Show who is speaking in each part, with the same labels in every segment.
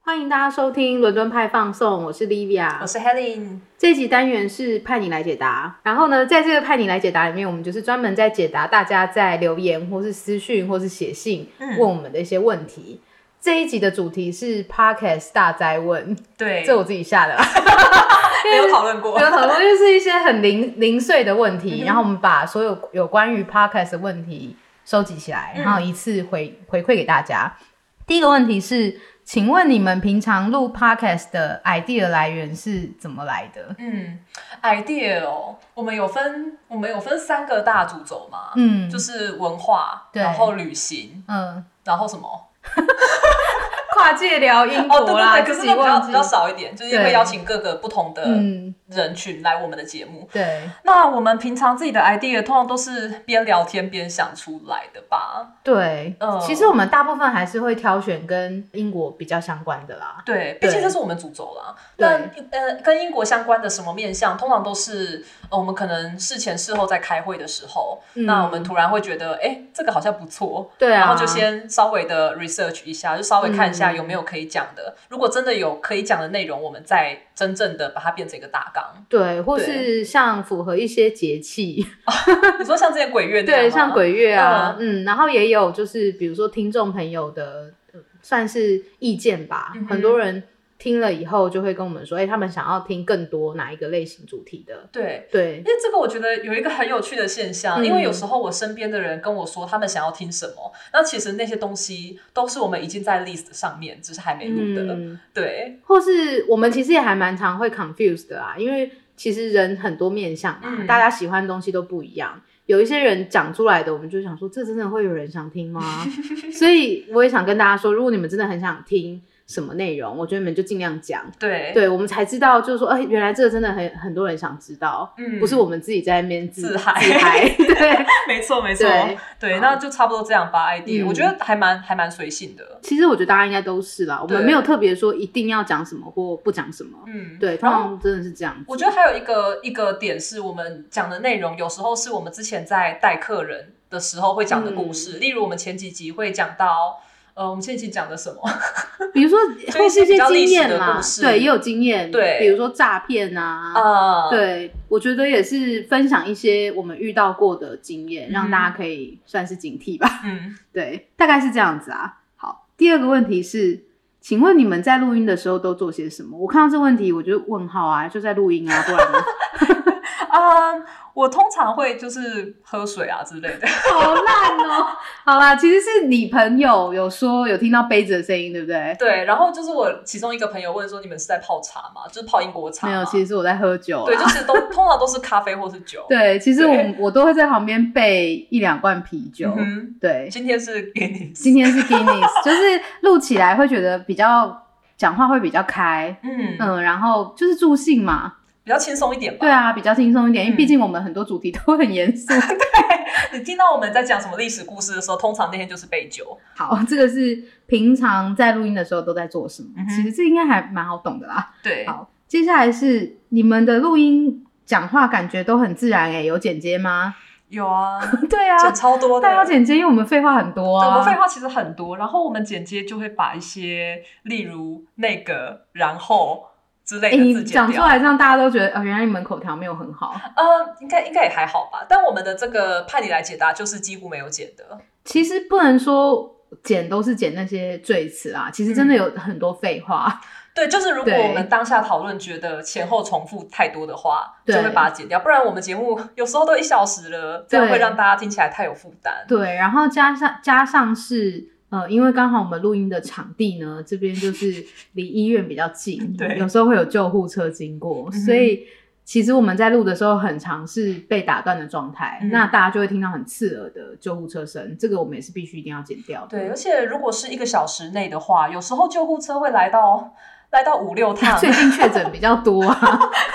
Speaker 1: 欢迎大家收听《伦敦派放送》，我是 Livia，
Speaker 2: 我是 Helen。
Speaker 1: 这集单元是派你来解答，然后呢，在这个派你来解答里面，我们就是专门在解答大家在留言或是私讯或是写信问我们的一些问题。这一集的主题是 Podcast 大灾问，
Speaker 2: 对，
Speaker 1: 这我自己下的啦，
Speaker 2: 没有讨论 过，
Speaker 1: 没有讨论，就是一些很零零碎的问
Speaker 2: 嗯
Speaker 1: 题，然后我们把所有有关于 Podcast 的问题收集起来，然后
Speaker 2: 嗯
Speaker 1: 一次回回馈给大家。第一个问题是。请问你们平常录 podcast 的 idea 来源是怎么来的？
Speaker 2: 嗯，idea 哦，我们有分，我们有分三个大主轴嘛，
Speaker 1: 嗯
Speaker 2: 哦就是文化，
Speaker 1: 对
Speaker 2: 然后旅行，
Speaker 1: 嗯，
Speaker 2: 然后什么？
Speaker 1: 跨界聊英
Speaker 2: 哦，对
Speaker 1: 国啦，
Speaker 2: 对对，可
Speaker 1: 自己
Speaker 2: 是那比较
Speaker 1: 忘
Speaker 2: 比
Speaker 1: 记
Speaker 2: 较。少一点，就是
Speaker 1: 对
Speaker 2: 会邀请各个不同的
Speaker 1: 嗯，
Speaker 2: 人群来我们的节目。
Speaker 1: 对
Speaker 2: 那我们平常自己的 idea 通常都是边聊天边想出来的吧？
Speaker 1: 对、
Speaker 2: 嗯
Speaker 1: 其实我们大部分还是会挑选跟英国比较相关的啦。
Speaker 2: 对，
Speaker 1: 对
Speaker 2: 毕竟这是我们主轴啦。
Speaker 1: 对
Speaker 2: 但呃，跟英国相关的什么面向，通常都是呃，我们可能事前事后在开会的时候，
Speaker 1: 嗯
Speaker 2: 那我们突然会觉得，哎、这个好像不错，
Speaker 1: 对啊
Speaker 2: 然后就先稍微的 research 一下，就稍微看一下
Speaker 1: 嗯。
Speaker 2: 有没有可以讲的。如果真的有可以讲的内容，我们再真正的把它变成一个大纲
Speaker 1: 对，或是像符合一些节气，
Speaker 2: 你说像这些鬼月那样
Speaker 1: 对，
Speaker 2: 吗
Speaker 1: 像鬼月啊，嗯然后也有就是比如说听众朋友的、呃算是意见吧、
Speaker 2: 嗯哼
Speaker 1: 很多人听了以后就会跟我们说，哎、他们想要听更多哪一个类型主题的？
Speaker 2: 对。
Speaker 1: 对
Speaker 2: 因，为这个，我觉得有一个很有趣的现象，
Speaker 1: 嗯
Speaker 2: 因为有时候我身边的人跟我说他们想要听什么，那其实那些东西都是我们已经在 list 上面，只是还没录的。
Speaker 1: 嗯
Speaker 2: 对，
Speaker 1: 或是我们其实也还蛮常会 confuse 的啊，因为其实人很多面相嘛，
Speaker 2: 嗯
Speaker 1: 大家喜欢的东西都不一样。有一些人讲出来的，我们就想说，这真的会有人想听 吗？所以我也想跟大家说，如果你们真的很想听什么内容，我觉得你们就尽量讲，
Speaker 2: 对，
Speaker 1: 对我们才知道，就是说，哎、原来这个真的很很多人想知道，
Speaker 2: 嗯
Speaker 1: 不是我们自己在那边自
Speaker 2: 自嗨
Speaker 1: 自嗨对
Speaker 2: 没错没错，
Speaker 1: 对。
Speaker 2: 对，那就差不多这样吧。ID，、
Speaker 1: 嗯
Speaker 2: 我觉得还蛮还蛮随性的。
Speaker 1: 其实我觉得大家应该都是啦，我们
Speaker 2: 对
Speaker 1: 没有特别说一定要讲什么或不讲什么，
Speaker 2: 嗯，
Speaker 1: 对，通
Speaker 2: 然后
Speaker 1: 常真的是这样子。
Speaker 2: 我觉得还有一个一个点是我们讲的内容，有时候是我们之前在带客人的时候会讲的故
Speaker 1: 嗯
Speaker 2: 事，例如我们前几集会讲到。呃，我们前几集讲的什么？
Speaker 1: 比如说
Speaker 2: 就
Speaker 1: 或
Speaker 2: 一
Speaker 1: 是
Speaker 2: 些
Speaker 1: 一些
Speaker 2: 比较
Speaker 1: 经
Speaker 2: 历史
Speaker 1: 验
Speaker 2: 的
Speaker 1: 啦
Speaker 2: 故，事
Speaker 1: 对，也有经验，
Speaker 2: 对
Speaker 1: 比如说诈骗啊，
Speaker 2: 呃，，
Speaker 1: 对，我觉得也是分享一些我们遇到过的经验，
Speaker 2: 嗯
Speaker 1: 让大家可以算是警惕吧，
Speaker 2: 嗯，
Speaker 1: 对，大概是这样子啊。好，第二个问题是，请问你们在录音的时候都做些什么？我看到这问题，我就问号啊，就在录音啊，不然 呢
Speaker 2: 啊、我通常会就是喝水啊之类的。
Speaker 1: 好烂哦。 好啦，其实是你朋友有说有听到杯子的声音，对不对？
Speaker 2: 对，然后就是我其中一个朋友问说，你们是在泡茶吗？就是泡英国茶
Speaker 1: 没
Speaker 2: 吗？
Speaker 1: 有，其实是我在喝酒啊。
Speaker 2: 对，就是都通常都是咖啡或是酒。
Speaker 1: 对，其实我
Speaker 2: 对
Speaker 1: 我都会在旁边备一两罐啤酒。
Speaker 2: 嗯
Speaker 1: 对
Speaker 2: 哼，，今天是给你
Speaker 1: 今天是 Guinness，就是录起来会觉得比较讲话会比较开，
Speaker 2: 嗯
Speaker 1: 嗯，然后就是助兴嘛，
Speaker 2: 比较轻松一点吧。
Speaker 1: 对啊，比较轻松一点，因为
Speaker 2: 嗯
Speaker 1: 毕竟我们很多主题都很严肃。
Speaker 2: 你听到我们在讲什么历史故事的时候，通常那天就是备酒。
Speaker 1: 好，这个是平常在录音的时候都在做什么，
Speaker 2: 嗯哼
Speaker 1: 其实这应该还蛮好懂的啦。
Speaker 2: 对
Speaker 1: 好接下来是你们的录音讲话感觉都很自然诶、欸有剪接吗？
Speaker 2: 有啊，
Speaker 1: 对啊，
Speaker 2: 剪超多的。
Speaker 1: 但要剪接，因为我们废话很多
Speaker 2: 对，我
Speaker 1: 啊
Speaker 2: 们。废话其实很多，然后我们剪接就会把一些，例如那个，然后之类
Speaker 1: 诶
Speaker 2: 的
Speaker 1: 哎你
Speaker 2: 字剪
Speaker 1: 讲出
Speaker 2: 掉。
Speaker 1: 来，让大家都觉得，哦，原来你们口条没有很好。
Speaker 2: 呃，应该应该也还好吧。但我们的这个派你来解答，就是几乎没有剪的。
Speaker 1: 其实不能说剪都是剪那些赘词啊，其实
Speaker 2: 嗯
Speaker 1: 真的有很多废话。
Speaker 2: 对，就是如果
Speaker 1: 对
Speaker 2: 我们当下讨论觉得前后重复太多的话，就
Speaker 1: 对
Speaker 2: 会把它剪掉。不然我们节目有时候都一小时了，这样
Speaker 1: 对
Speaker 2: 会让大家听起来太有负担。
Speaker 1: 对，然后加上加上是呃，因为刚好我们录音的场地呢，这边就是离医院比较近，
Speaker 2: 对嗯
Speaker 1: 有时候会有救护车经过，
Speaker 2: 哼
Speaker 1: 所以。其实我们在录的时候，很常是被打断的状态，
Speaker 2: 嗯
Speaker 1: 那大家就会听到很刺耳的救护车声，这个我们也是必须一定要剪掉的。
Speaker 2: 对，而且如果是一个小时内的话，有时候救护车会来到来到五六趟，
Speaker 1: 最近确诊比较多啊，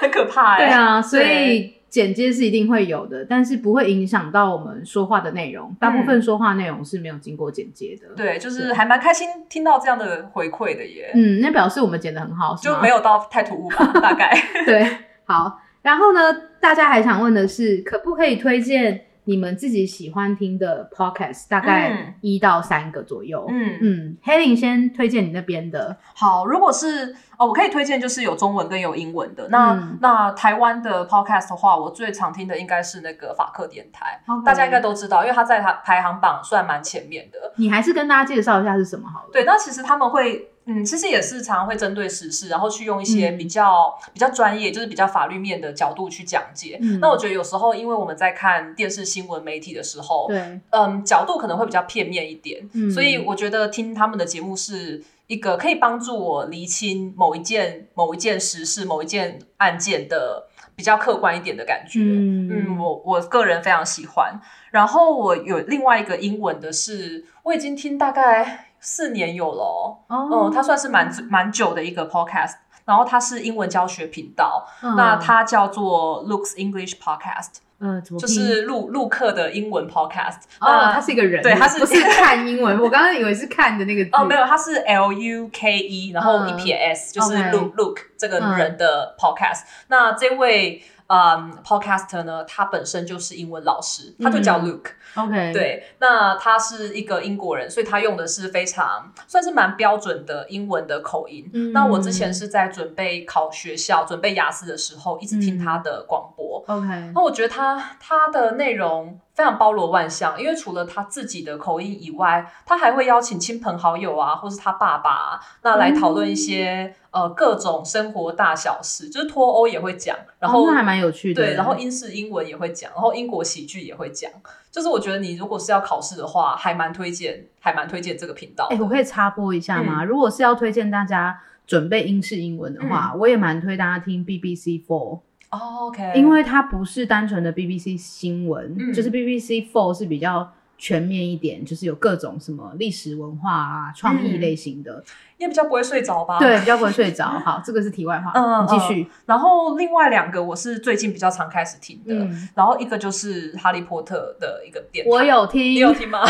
Speaker 2: 很可怕、欸。
Speaker 1: 对，啊，所以
Speaker 2: 对
Speaker 1: 剪接是一定会有的，但是不会影响到我们说话的内容。大部分说话内容是没有经过剪接的。，
Speaker 2: 嗯对，就是还蛮开心听到这样的回馈的耶，
Speaker 1: 嗯，那表示我们剪得很好，是
Speaker 2: 就
Speaker 1: 吗
Speaker 2: 没有到太突兀 吧，大概。
Speaker 1: 对。好，然后呢，大家还想问的是，可不可以推荐你们自己喜欢听的 podcast，大概一到三个左右。
Speaker 2: 嗯，
Speaker 1: 嗯 h e l e n 先推荐你那边的，
Speaker 2: 好，如果是哦，我可以推荐就是有中文跟有英文的。那、
Speaker 1: 嗯
Speaker 2: 那台湾的 podcast 的话，我最常听的应该是那个法克电台，大家应该都知道，因为它在它排行榜算蛮前面的。
Speaker 1: 你还是跟大家介绍一下是什么好了。
Speaker 2: 对，那其实他们会，嗯，其实也是常常会针对时事，然后去用一些
Speaker 1: 嗯
Speaker 2: 比较、比较专业，就是比较法律面的角度去讲解。
Speaker 1: 嗯
Speaker 2: 那我觉得有时候，因为我们在看电视新闻媒体的时候，
Speaker 1: 对，
Speaker 2: 嗯，角度可能会比较片面一点，
Speaker 1: 嗯
Speaker 2: 所以我觉得听他们的节目是一个可以帮助我厘清某一件、某一件时事、某一件案件的比较客观一点的感觉。
Speaker 1: 嗯
Speaker 2: 嗯，我我个人非常喜欢。然后我有另外一个英文的是，我已经听大概四年有了、哦，
Speaker 1: 哦
Speaker 2: 嗯，它算是蛮蛮久的一个 podcast。然后它是英文教学频道，
Speaker 1: 嗯
Speaker 2: 那它叫做 Looks English Podcast，
Speaker 1: 嗯怎么
Speaker 2: 就
Speaker 1: 拼
Speaker 2: 是陆陆克的英文 podcast。
Speaker 1: 哦，他是一个人，
Speaker 2: 对他是
Speaker 1: 不是看英文？我刚刚以为是看的那个字。
Speaker 2: 哦，没有，他是 L U K E，然后一撇 S，、就是
Speaker 1: 嗯 OK 嗯
Speaker 2: Luke Luke 这个人的 podcast。那这位嗯 podcaster 呢，他本身就是英文老师，他就叫
Speaker 1: 嗯
Speaker 2: Luke、
Speaker 1: ，OK，，
Speaker 2: 对，那他是一个英国人，所以他用的是非常算是蛮标准的英文的口音。
Speaker 1: 嗯
Speaker 2: 那我之前是在准备考学校、准备雅思的时候，一直听他的广播。
Speaker 1: OK，
Speaker 2: 那我觉得他他的内容非常包罗万象，因为除了他自己的口音以外，他还会邀请亲朋好友啊，或是他爸爸、啊，那来讨论一些、
Speaker 1: 嗯
Speaker 2: 呃各种生活大小事，就是脱欧也会讲，然后、
Speaker 1: 哦那还蛮有趣的。嗯
Speaker 2: 对，然后英式英文也会讲，然后英国喜剧也会讲，就是我觉得你如果是要考试的话，还蛮推荐，还蛮推荐这个频道的。
Speaker 1: 哎、我可以插播一下
Speaker 2: 嗯
Speaker 1: 吗？如果是要推荐大家准备英式英文的话，
Speaker 2: 嗯
Speaker 1: 我也蛮推大家听 BBC Four，、
Speaker 2: 哦，OK，
Speaker 1: 因为它不是单纯的 BBC 新闻，
Speaker 2: 嗯
Speaker 1: 就是 BBC Four 是比较全面一点，就是有各种什么历史文化啊、创
Speaker 2: 嗯
Speaker 1: 意类型的，
Speaker 2: 也比较不会睡着吧。
Speaker 1: 对，比较不会睡着。好，这个是题外话，
Speaker 2: 嗯
Speaker 1: 你继续。
Speaker 2: 然后另外两个我是最近比较常开始听的，
Speaker 1: 嗯，
Speaker 2: 然后一个就是《哈利波特》的一个电台。
Speaker 1: 我 有
Speaker 2: 你
Speaker 1: 听，
Speaker 2: 有听吗？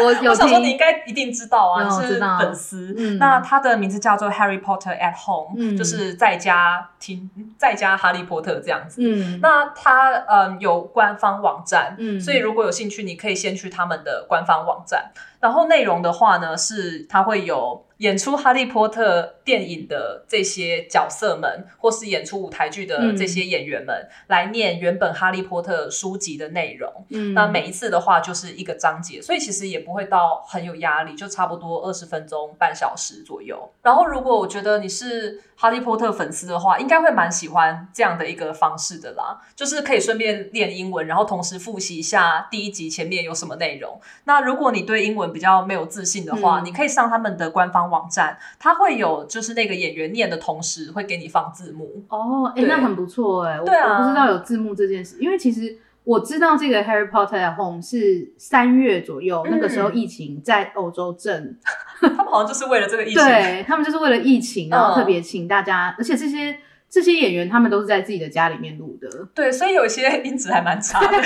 Speaker 1: 我
Speaker 2: 我
Speaker 1: 有
Speaker 2: 想说你应
Speaker 1: 听，
Speaker 2: 该一定知道啊，
Speaker 1: 有
Speaker 2: 你是
Speaker 1: 知道
Speaker 2: 粉丝。
Speaker 1: 嗯
Speaker 2: 那它的名字叫做《Harry Potter at Home》，
Speaker 1: 嗯
Speaker 2: 就是在家听，在家哈利波特这样子。
Speaker 1: 嗯，
Speaker 2: 那它嗯有官方网站，
Speaker 1: 嗯
Speaker 2: 所以如果有兴趣，你可以先去他们的官方网站。然后内容的话呢，是它会有演出《哈利波特》电影的这些角色们，或是演出舞台剧的这些演员们，来念原本《哈利波特》书籍的内容。
Speaker 1: 嗯
Speaker 2: 那每一次的话就是一个章节，所以其实也不会到很有压力，就差不多二十分钟、半小时左右。然后，如果我觉得你是哈利波特粉丝的话，应该会蛮喜欢这样的一个方式的啦，就是可以顺便练英文，然后同时复习一下第一集前面有什么内容。那如果你对英文比较没有自信的话，
Speaker 1: 嗯
Speaker 2: 你可以上他们的官方网站，它会有就是那个演员念的同时会给你放字幕。
Speaker 1: 哦，哎、
Speaker 2: 对
Speaker 1: 那很不错哎、我
Speaker 2: 对啊
Speaker 1: 我不知道有字幕这件事，因为其实我知道这个《Harry Potter at Home》是三月左右，
Speaker 2: 嗯
Speaker 1: 那个时候疫情在欧洲正，
Speaker 2: 他们好像就是为了这个疫情。
Speaker 1: 对他们就是为了疫情，然
Speaker 2: 嗯
Speaker 1: 后特别请大家，而且这些这些演员他们都是在自己的家里面录的，
Speaker 2: 对，所以有一些音质还蛮差的。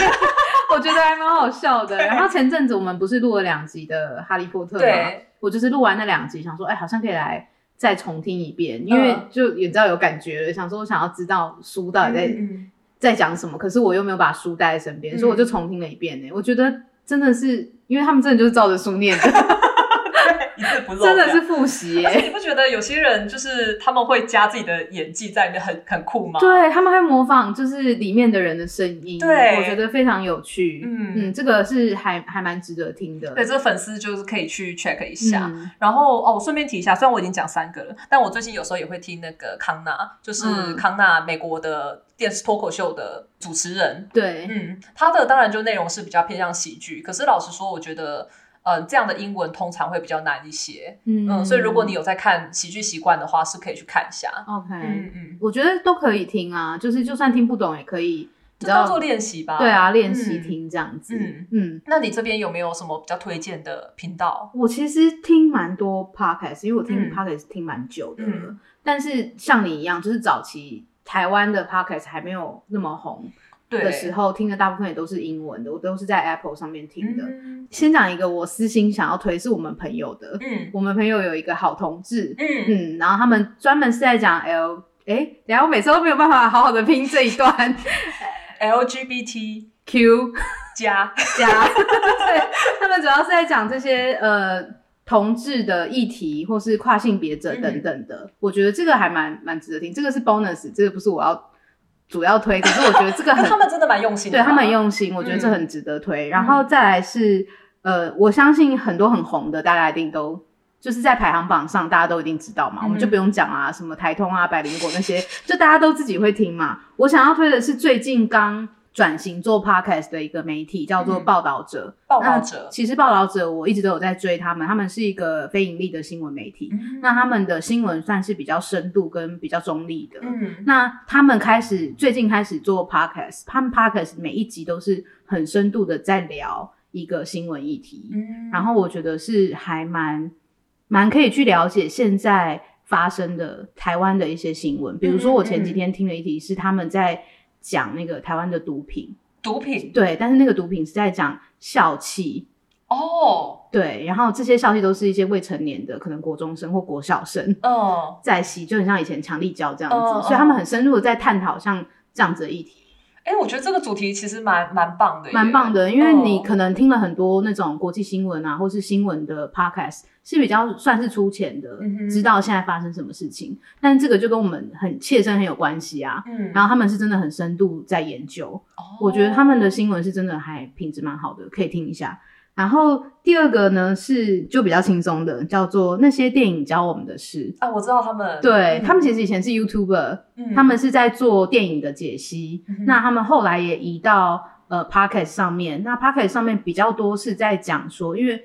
Speaker 1: 我觉得还蛮好笑的。
Speaker 2: 对
Speaker 1: 然后前阵子我们不是录了两集的《哈利波特》吗？
Speaker 2: 对，
Speaker 1: 我就是录完那两集，想说，哎、好像可以来再重听一遍，因为
Speaker 2: 嗯
Speaker 1: 就也知道有感觉了，想说我想要知道书到底在。
Speaker 2: 嗯嗯
Speaker 1: 在讲什么，可是我又没有把书带在身边，
Speaker 2: 嗯
Speaker 1: 所以我就重听了一遍呢、我觉得真的是，因为他们真的就是照着书念 的，
Speaker 2: 一字不漏，
Speaker 1: 真的是。复习耶、
Speaker 2: 而且 你不觉得有些人就是他们会加自己的演技在里面很很酷吗？
Speaker 1: 对他们会模仿，就是里面的人的声音，
Speaker 2: 对
Speaker 1: 我觉得非常有趣。
Speaker 2: 嗯
Speaker 1: 嗯，这个是还还蛮值得听的。
Speaker 2: 对，这个粉丝就是可以去 check 一
Speaker 1: 嗯，
Speaker 2: 下。然后哦，我顺便提一下，虽然我已经讲三个了，但我最近有时候也会听那个康纳，就是
Speaker 1: 嗯
Speaker 2: 康纳美国的电视脱口秀的主持人。
Speaker 1: 对，
Speaker 2: 嗯，他的当然就内容是比较偏向喜剧，可是老实说，我觉得。嗯，这样的英文通常会比较难一些，
Speaker 1: 嗯
Speaker 2: 嗯，所以如果你有在看喜剧习惯的话，是可以去看一下，
Speaker 1: OK，、
Speaker 2: 嗯嗯，
Speaker 1: 我觉得都可以听啊，就是就算听不懂也可以，
Speaker 2: 就
Speaker 1: 你知
Speaker 2: 当做
Speaker 1: 道，
Speaker 2: 练习吧。
Speaker 1: 对啊，练习
Speaker 2: 嗯
Speaker 1: 听这样子。
Speaker 2: 嗯
Speaker 1: 嗯
Speaker 2: 那你这边有没有什么比较推荐的频道？
Speaker 1: 我其实听蛮多 podcast，因为我
Speaker 2: 嗯
Speaker 1: 听 podcast 听蛮久的了，
Speaker 2: 嗯
Speaker 1: 但是像你一样，就是早期台湾的 podcast 还没有那么红
Speaker 2: 对
Speaker 1: 的时候，听的大部分也都是英文的，我都是在 Apple 上面听的。
Speaker 2: 嗯
Speaker 1: 先讲一个我私心想要推，是我们朋友的，
Speaker 2: 嗯
Speaker 1: 我们朋友有一个好同志，
Speaker 2: 嗯，
Speaker 1: 嗯，然后他们专门是在讲 L，哎，等一下我每次都没有办法好好的拼这一段
Speaker 2: ，LGBT
Speaker 1: Q
Speaker 2: 加
Speaker 1: 加， 对他们主要是在讲这些呃同志的议题，或是跨性别者等等的。我觉得这个还蛮蛮值得听，这个是 bonus，这个不是我要主要推，可是我觉得这个
Speaker 2: 但
Speaker 1: 很
Speaker 2: 他们真的蛮用心的
Speaker 1: 对
Speaker 2: 啦，
Speaker 1: 他们很用心，我觉得这
Speaker 2: 嗯
Speaker 1: 很值得推。然后再来是呃，我相信很多很红的，大家一定都。就是在排行榜上，大家都一定知道嘛，我们就
Speaker 2: 嗯
Speaker 1: 不用讲啊，什么台通啊、百灵果那些，就大家都自己会听嘛。我想要推的是最近刚转型做 podcast 的一个媒体，叫做
Speaker 2: 嗯
Speaker 1: 报道者。
Speaker 2: 报道者。
Speaker 1: 其实报道者我一直都有在追他们，他们是一个非盈利的新闻媒体，
Speaker 2: 嗯
Speaker 1: 那他们的新闻算是比较深度跟比较中立的。
Speaker 2: 嗯
Speaker 1: 那他们开始最近开始做 podcast，他们 podcast 每一集都是很深度的在聊一个新闻议题，
Speaker 2: 嗯
Speaker 1: 然后我觉得是还蛮蛮可以去了解现在发生的台湾的一些新闻，比如说我前几天听了一题是他们在讲那个台湾的毒品，
Speaker 2: 毒品
Speaker 1: 对，但是那个毒品是在讲笑气，
Speaker 2: 哦，
Speaker 1: 对，然后这些笑气都是一些未成年的，可能国中生或国小生
Speaker 2: 嗯，
Speaker 1: 在吸，就很像以前强力胶这样子，
Speaker 2: 嗯嗯
Speaker 1: 所以他们很深入的在探讨像这样子的议题，
Speaker 2: 哎，我觉得这个主题其实蛮蛮棒的耶，
Speaker 1: 蛮棒的，因为你
Speaker 2: 嗯
Speaker 1: 可能听了很多那种国际新闻啊，或是新闻的 podcast 是比较算是粗浅的
Speaker 2: 嗯，哼
Speaker 1: 知道现在发生什么事情，但是这个就跟我们很切身很有关系啊。
Speaker 2: 嗯，
Speaker 1: 然后他们是真的很深度在研究，
Speaker 2: 哦
Speaker 1: 我觉得他们的新闻是真的还品质蛮好的，可以听一下。然后第二个呢是就比较轻松的，叫做那些电影教我们的事。
Speaker 2: 啊，我知道他们，
Speaker 1: 对、
Speaker 2: 嗯
Speaker 1: 他们其实以前是 YouTuber，、
Speaker 2: 嗯
Speaker 1: 他们是在做电影的解析，
Speaker 2: 嗯哼
Speaker 1: 那他们后来也移到呃 Pocket 上面。那 Pocket 上面比较多是在讲说，因为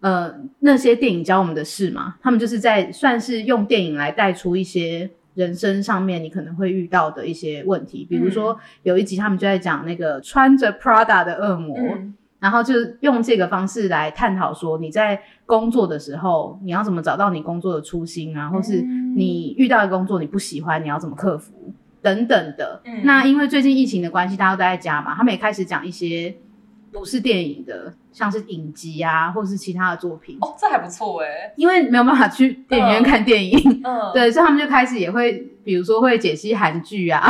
Speaker 1: 呃那些电影教我们的事嘛，他们就是在算是用电影来带出一些人生上面你可能会遇到的一些问题，比如
Speaker 2: 嗯
Speaker 1: 说有一集他们就在讲那个穿着 Prada 的恶魔。
Speaker 2: 嗯
Speaker 1: 然后就是用这个方式来探讨说，你在工作的时候，你要怎么找到你工作的初心啊，或是
Speaker 2: 嗯
Speaker 1: 你遇到的工作你不喜欢，你要怎么克服等等的。
Speaker 2: 嗯
Speaker 1: 那因为最近疫情的关系，大家都待在家嘛，他们也开始讲一些不是电影的，像是影集啊，或是其他的作品，
Speaker 2: 哦，这还不错哎，
Speaker 1: 因为没有办法去电影院
Speaker 2: 嗯
Speaker 1: 看电影，
Speaker 2: 嗯，
Speaker 1: 对，所以他们就开始也会，比如说会解析韩剧啊，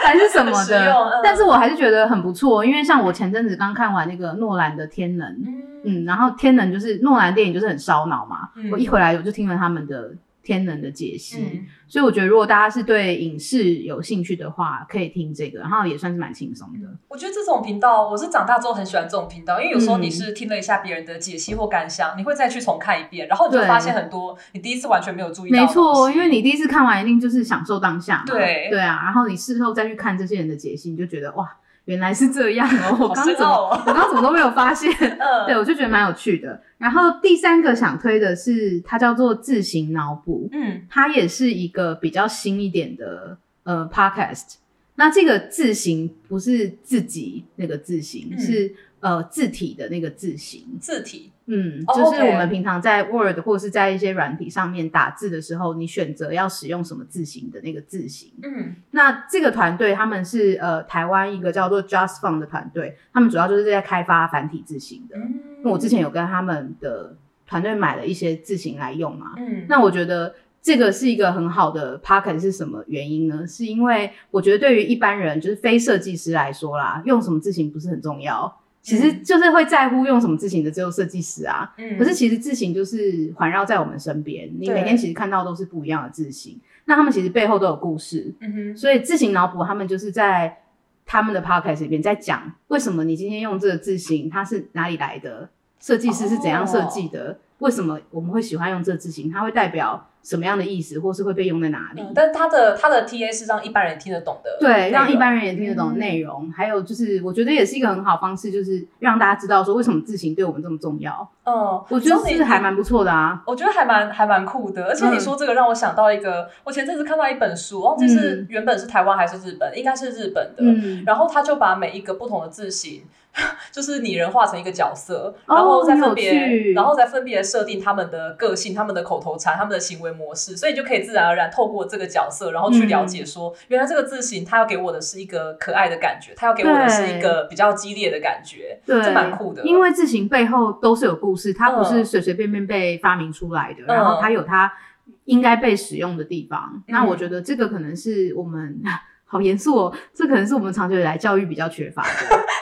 Speaker 1: 还是什么
Speaker 2: 很实
Speaker 1: 的。
Speaker 2: 用嗯
Speaker 1: 但是我还是觉得很不错，因为像我前阵子刚看完那个诺兰的《天能》，
Speaker 2: 嗯，
Speaker 1: 嗯，然后《天能》就是诺兰电影就是很烧脑嘛，
Speaker 2: 嗯
Speaker 1: 我一回来我就听了他们的《天能》的解析，
Speaker 2: 嗯
Speaker 1: 所以我觉得如果大家是对影视有兴趣的话，可以听这个，然后也算是蛮轻松的。
Speaker 2: 我觉得这种频道，我是长大之后很喜欢这种频道，因为有时候
Speaker 1: 嗯
Speaker 2: 你是听了一下别人的解析或感想，你会再去重看一遍，然后你就
Speaker 1: 对
Speaker 2: 发现很多你第一次完全没有注意到的
Speaker 1: 没
Speaker 2: 东西。
Speaker 1: 错，因为你第一次看完一定就是享受当下嘛，
Speaker 2: 对
Speaker 1: 对啊，然后你事后再去看这些人的解析，你就觉得哇，原来是这样 哦，我
Speaker 2: 好
Speaker 1: 刚
Speaker 2: 深
Speaker 1: 怎么
Speaker 2: 奥哦，
Speaker 1: 我刚刚怎么都没有发现。
Speaker 2: 嗯，
Speaker 1: 对，我就觉得蛮有趣的。然后第三个想推的是，它叫做自行脑补，
Speaker 2: 嗯，
Speaker 1: 它也是一个比较新一点的呃 podcast。那这个字形不是自己那个字形，
Speaker 2: 嗯
Speaker 1: 是呃字体的那个字形。
Speaker 2: 字体，
Speaker 1: 嗯，
Speaker 2: 哦
Speaker 1: 就是我
Speaker 2: OK
Speaker 1: 们平常在 Word 或是在一些软体上面打字的时候，你选择要使用什么字形的那个字形。
Speaker 2: 嗯
Speaker 1: 那这个团队他们是呃台湾一个叫做 Just Fun 的团队，他们主要就是在开发繁体字型的。
Speaker 2: 嗯
Speaker 1: 因为我之前有跟他们的团队买了一些字型来用嘛。
Speaker 2: 嗯，
Speaker 1: 那我觉得这个是一个很好的 pocket 是什么原因呢？是因为我觉得对于一般人，就是非设计师来说啦，用什么字型不是很重要。其实就是会在乎用什么字型的只有设计师啊，
Speaker 2: 嗯
Speaker 1: 可是其实字型就是环绕在我们身边，你
Speaker 2: 对
Speaker 1: 每天其实看到都是不一样的字型。那他们其实背后都有故事，
Speaker 2: 嗯哼，
Speaker 1: 所以字形脑补，他们就是在他们的 podcast 里面在讲，为什么你今天用这个字形，它是哪里来的，设计师是怎样设计的，为什么我们会喜欢用这个字形，它会代表什么样的意思，或是会被用在哪里？
Speaker 2: 嗯但他的他的 TA 是让一般人听得懂的内容，嗯
Speaker 1: 对，让一般人也听得懂内容，还有就是，我觉得也是一个很好方式，就是让大家知道说为什么字形对我们这么重要。
Speaker 2: 嗯，
Speaker 1: 我觉
Speaker 2: 知道
Speaker 1: 得
Speaker 2: 你
Speaker 1: 是还蛮不嗯错的啊。
Speaker 2: 我觉得还蛮还蛮酷的，而且你说这个让我想到一个，我前阵子看到一本书，忘记是
Speaker 1: 嗯
Speaker 2: 原本是台湾还是日本，应该是日本的，
Speaker 1: 嗯，
Speaker 2: 然后他就把每一个不同的字形， 就是拟人化成一个角色，
Speaker 1: 哦
Speaker 2: 然后再分
Speaker 1: 很有
Speaker 2: 别，
Speaker 1: 趣
Speaker 2: 然后再分别设定他们的个性、他们的口头禅、他们的行为模式，所以你就可以自然而然透过这个角色，然后去了
Speaker 1: 嗯
Speaker 2: 解说，原来这个字形它要给我的是一个可爱的感觉，它要给我的是一个比较激烈的感觉，
Speaker 1: 对，
Speaker 2: 这蛮酷的。
Speaker 1: 因为字形背后都是有故事，它不是
Speaker 2: 嗯
Speaker 1: 随随便便被发明出来的，
Speaker 2: 嗯
Speaker 1: 然后它有它应该被使用的地方。那
Speaker 2: 嗯
Speaker 1: 我觉得这个可能是我们。 好严肃哦，这可能是我们长久以来教育比较缺乏的，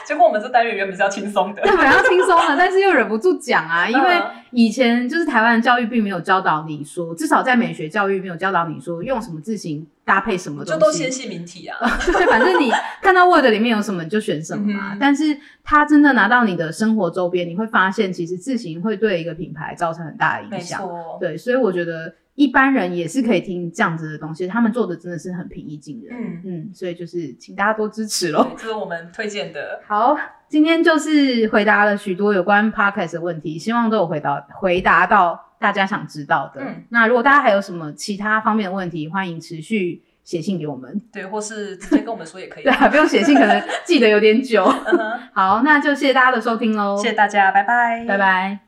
Speaker 2: 结果我们这单元原本是要轻松的，
Speaker 1: 对，比较轻松的，但是又忍不住讲啊，因为
Speaker 2: 嗯
Speaker 1: 以前就是台湾的教育并没有教导你说，至少在美学教育没有教导你说用什么字形搭配什么
Speaker 2: 就
Speaker 1: 东
Speaker 2: 都
Speaker 1: 西
Speaker 2: 先，姓名题啊，
Speaker 1: 对，反正你看到 Word 里面有什么你就选什么嘛。
Speaker 2: 嗯哼
Speaker 1: 但是它真的拿到你的生活周边，你会发现其实字形会对一个品牌造成很大的影
Speaker 2: 没
Speaker 1: 响。
Speaker 2: 错，
Speaker 1: 对，所以我觉得一般人也是可以听这样子的东西，他们做的真的是很平易近人。
Speaker 2: 嗯，
Speaker 1: 嗯，所以就是请大家多支持
Speaker 2: 对
Speaker 1: 喽。
Speaker 2: 这是我们推荐的，
Speaker 1: 好，今天就是回答了许多有关 podcast 的问题，希望都有回答回答到大家想知道的。
Speaker 2: 嗯
Speaker 1: 那如果大家还有什么其他方面的问题，欢迎持续写信给我们。
Speaker 2: 对，或是直接跟我们说也可以
Speaker 1: 对，啊，不用写信，可能记得有点久。
Speaker 2: 嗯哼
Speaker 1: 好，那就谢谢大家的收听喽，
Speaker 2: 谢谢大家，拜拜，
Speaker 1: 拜。拜。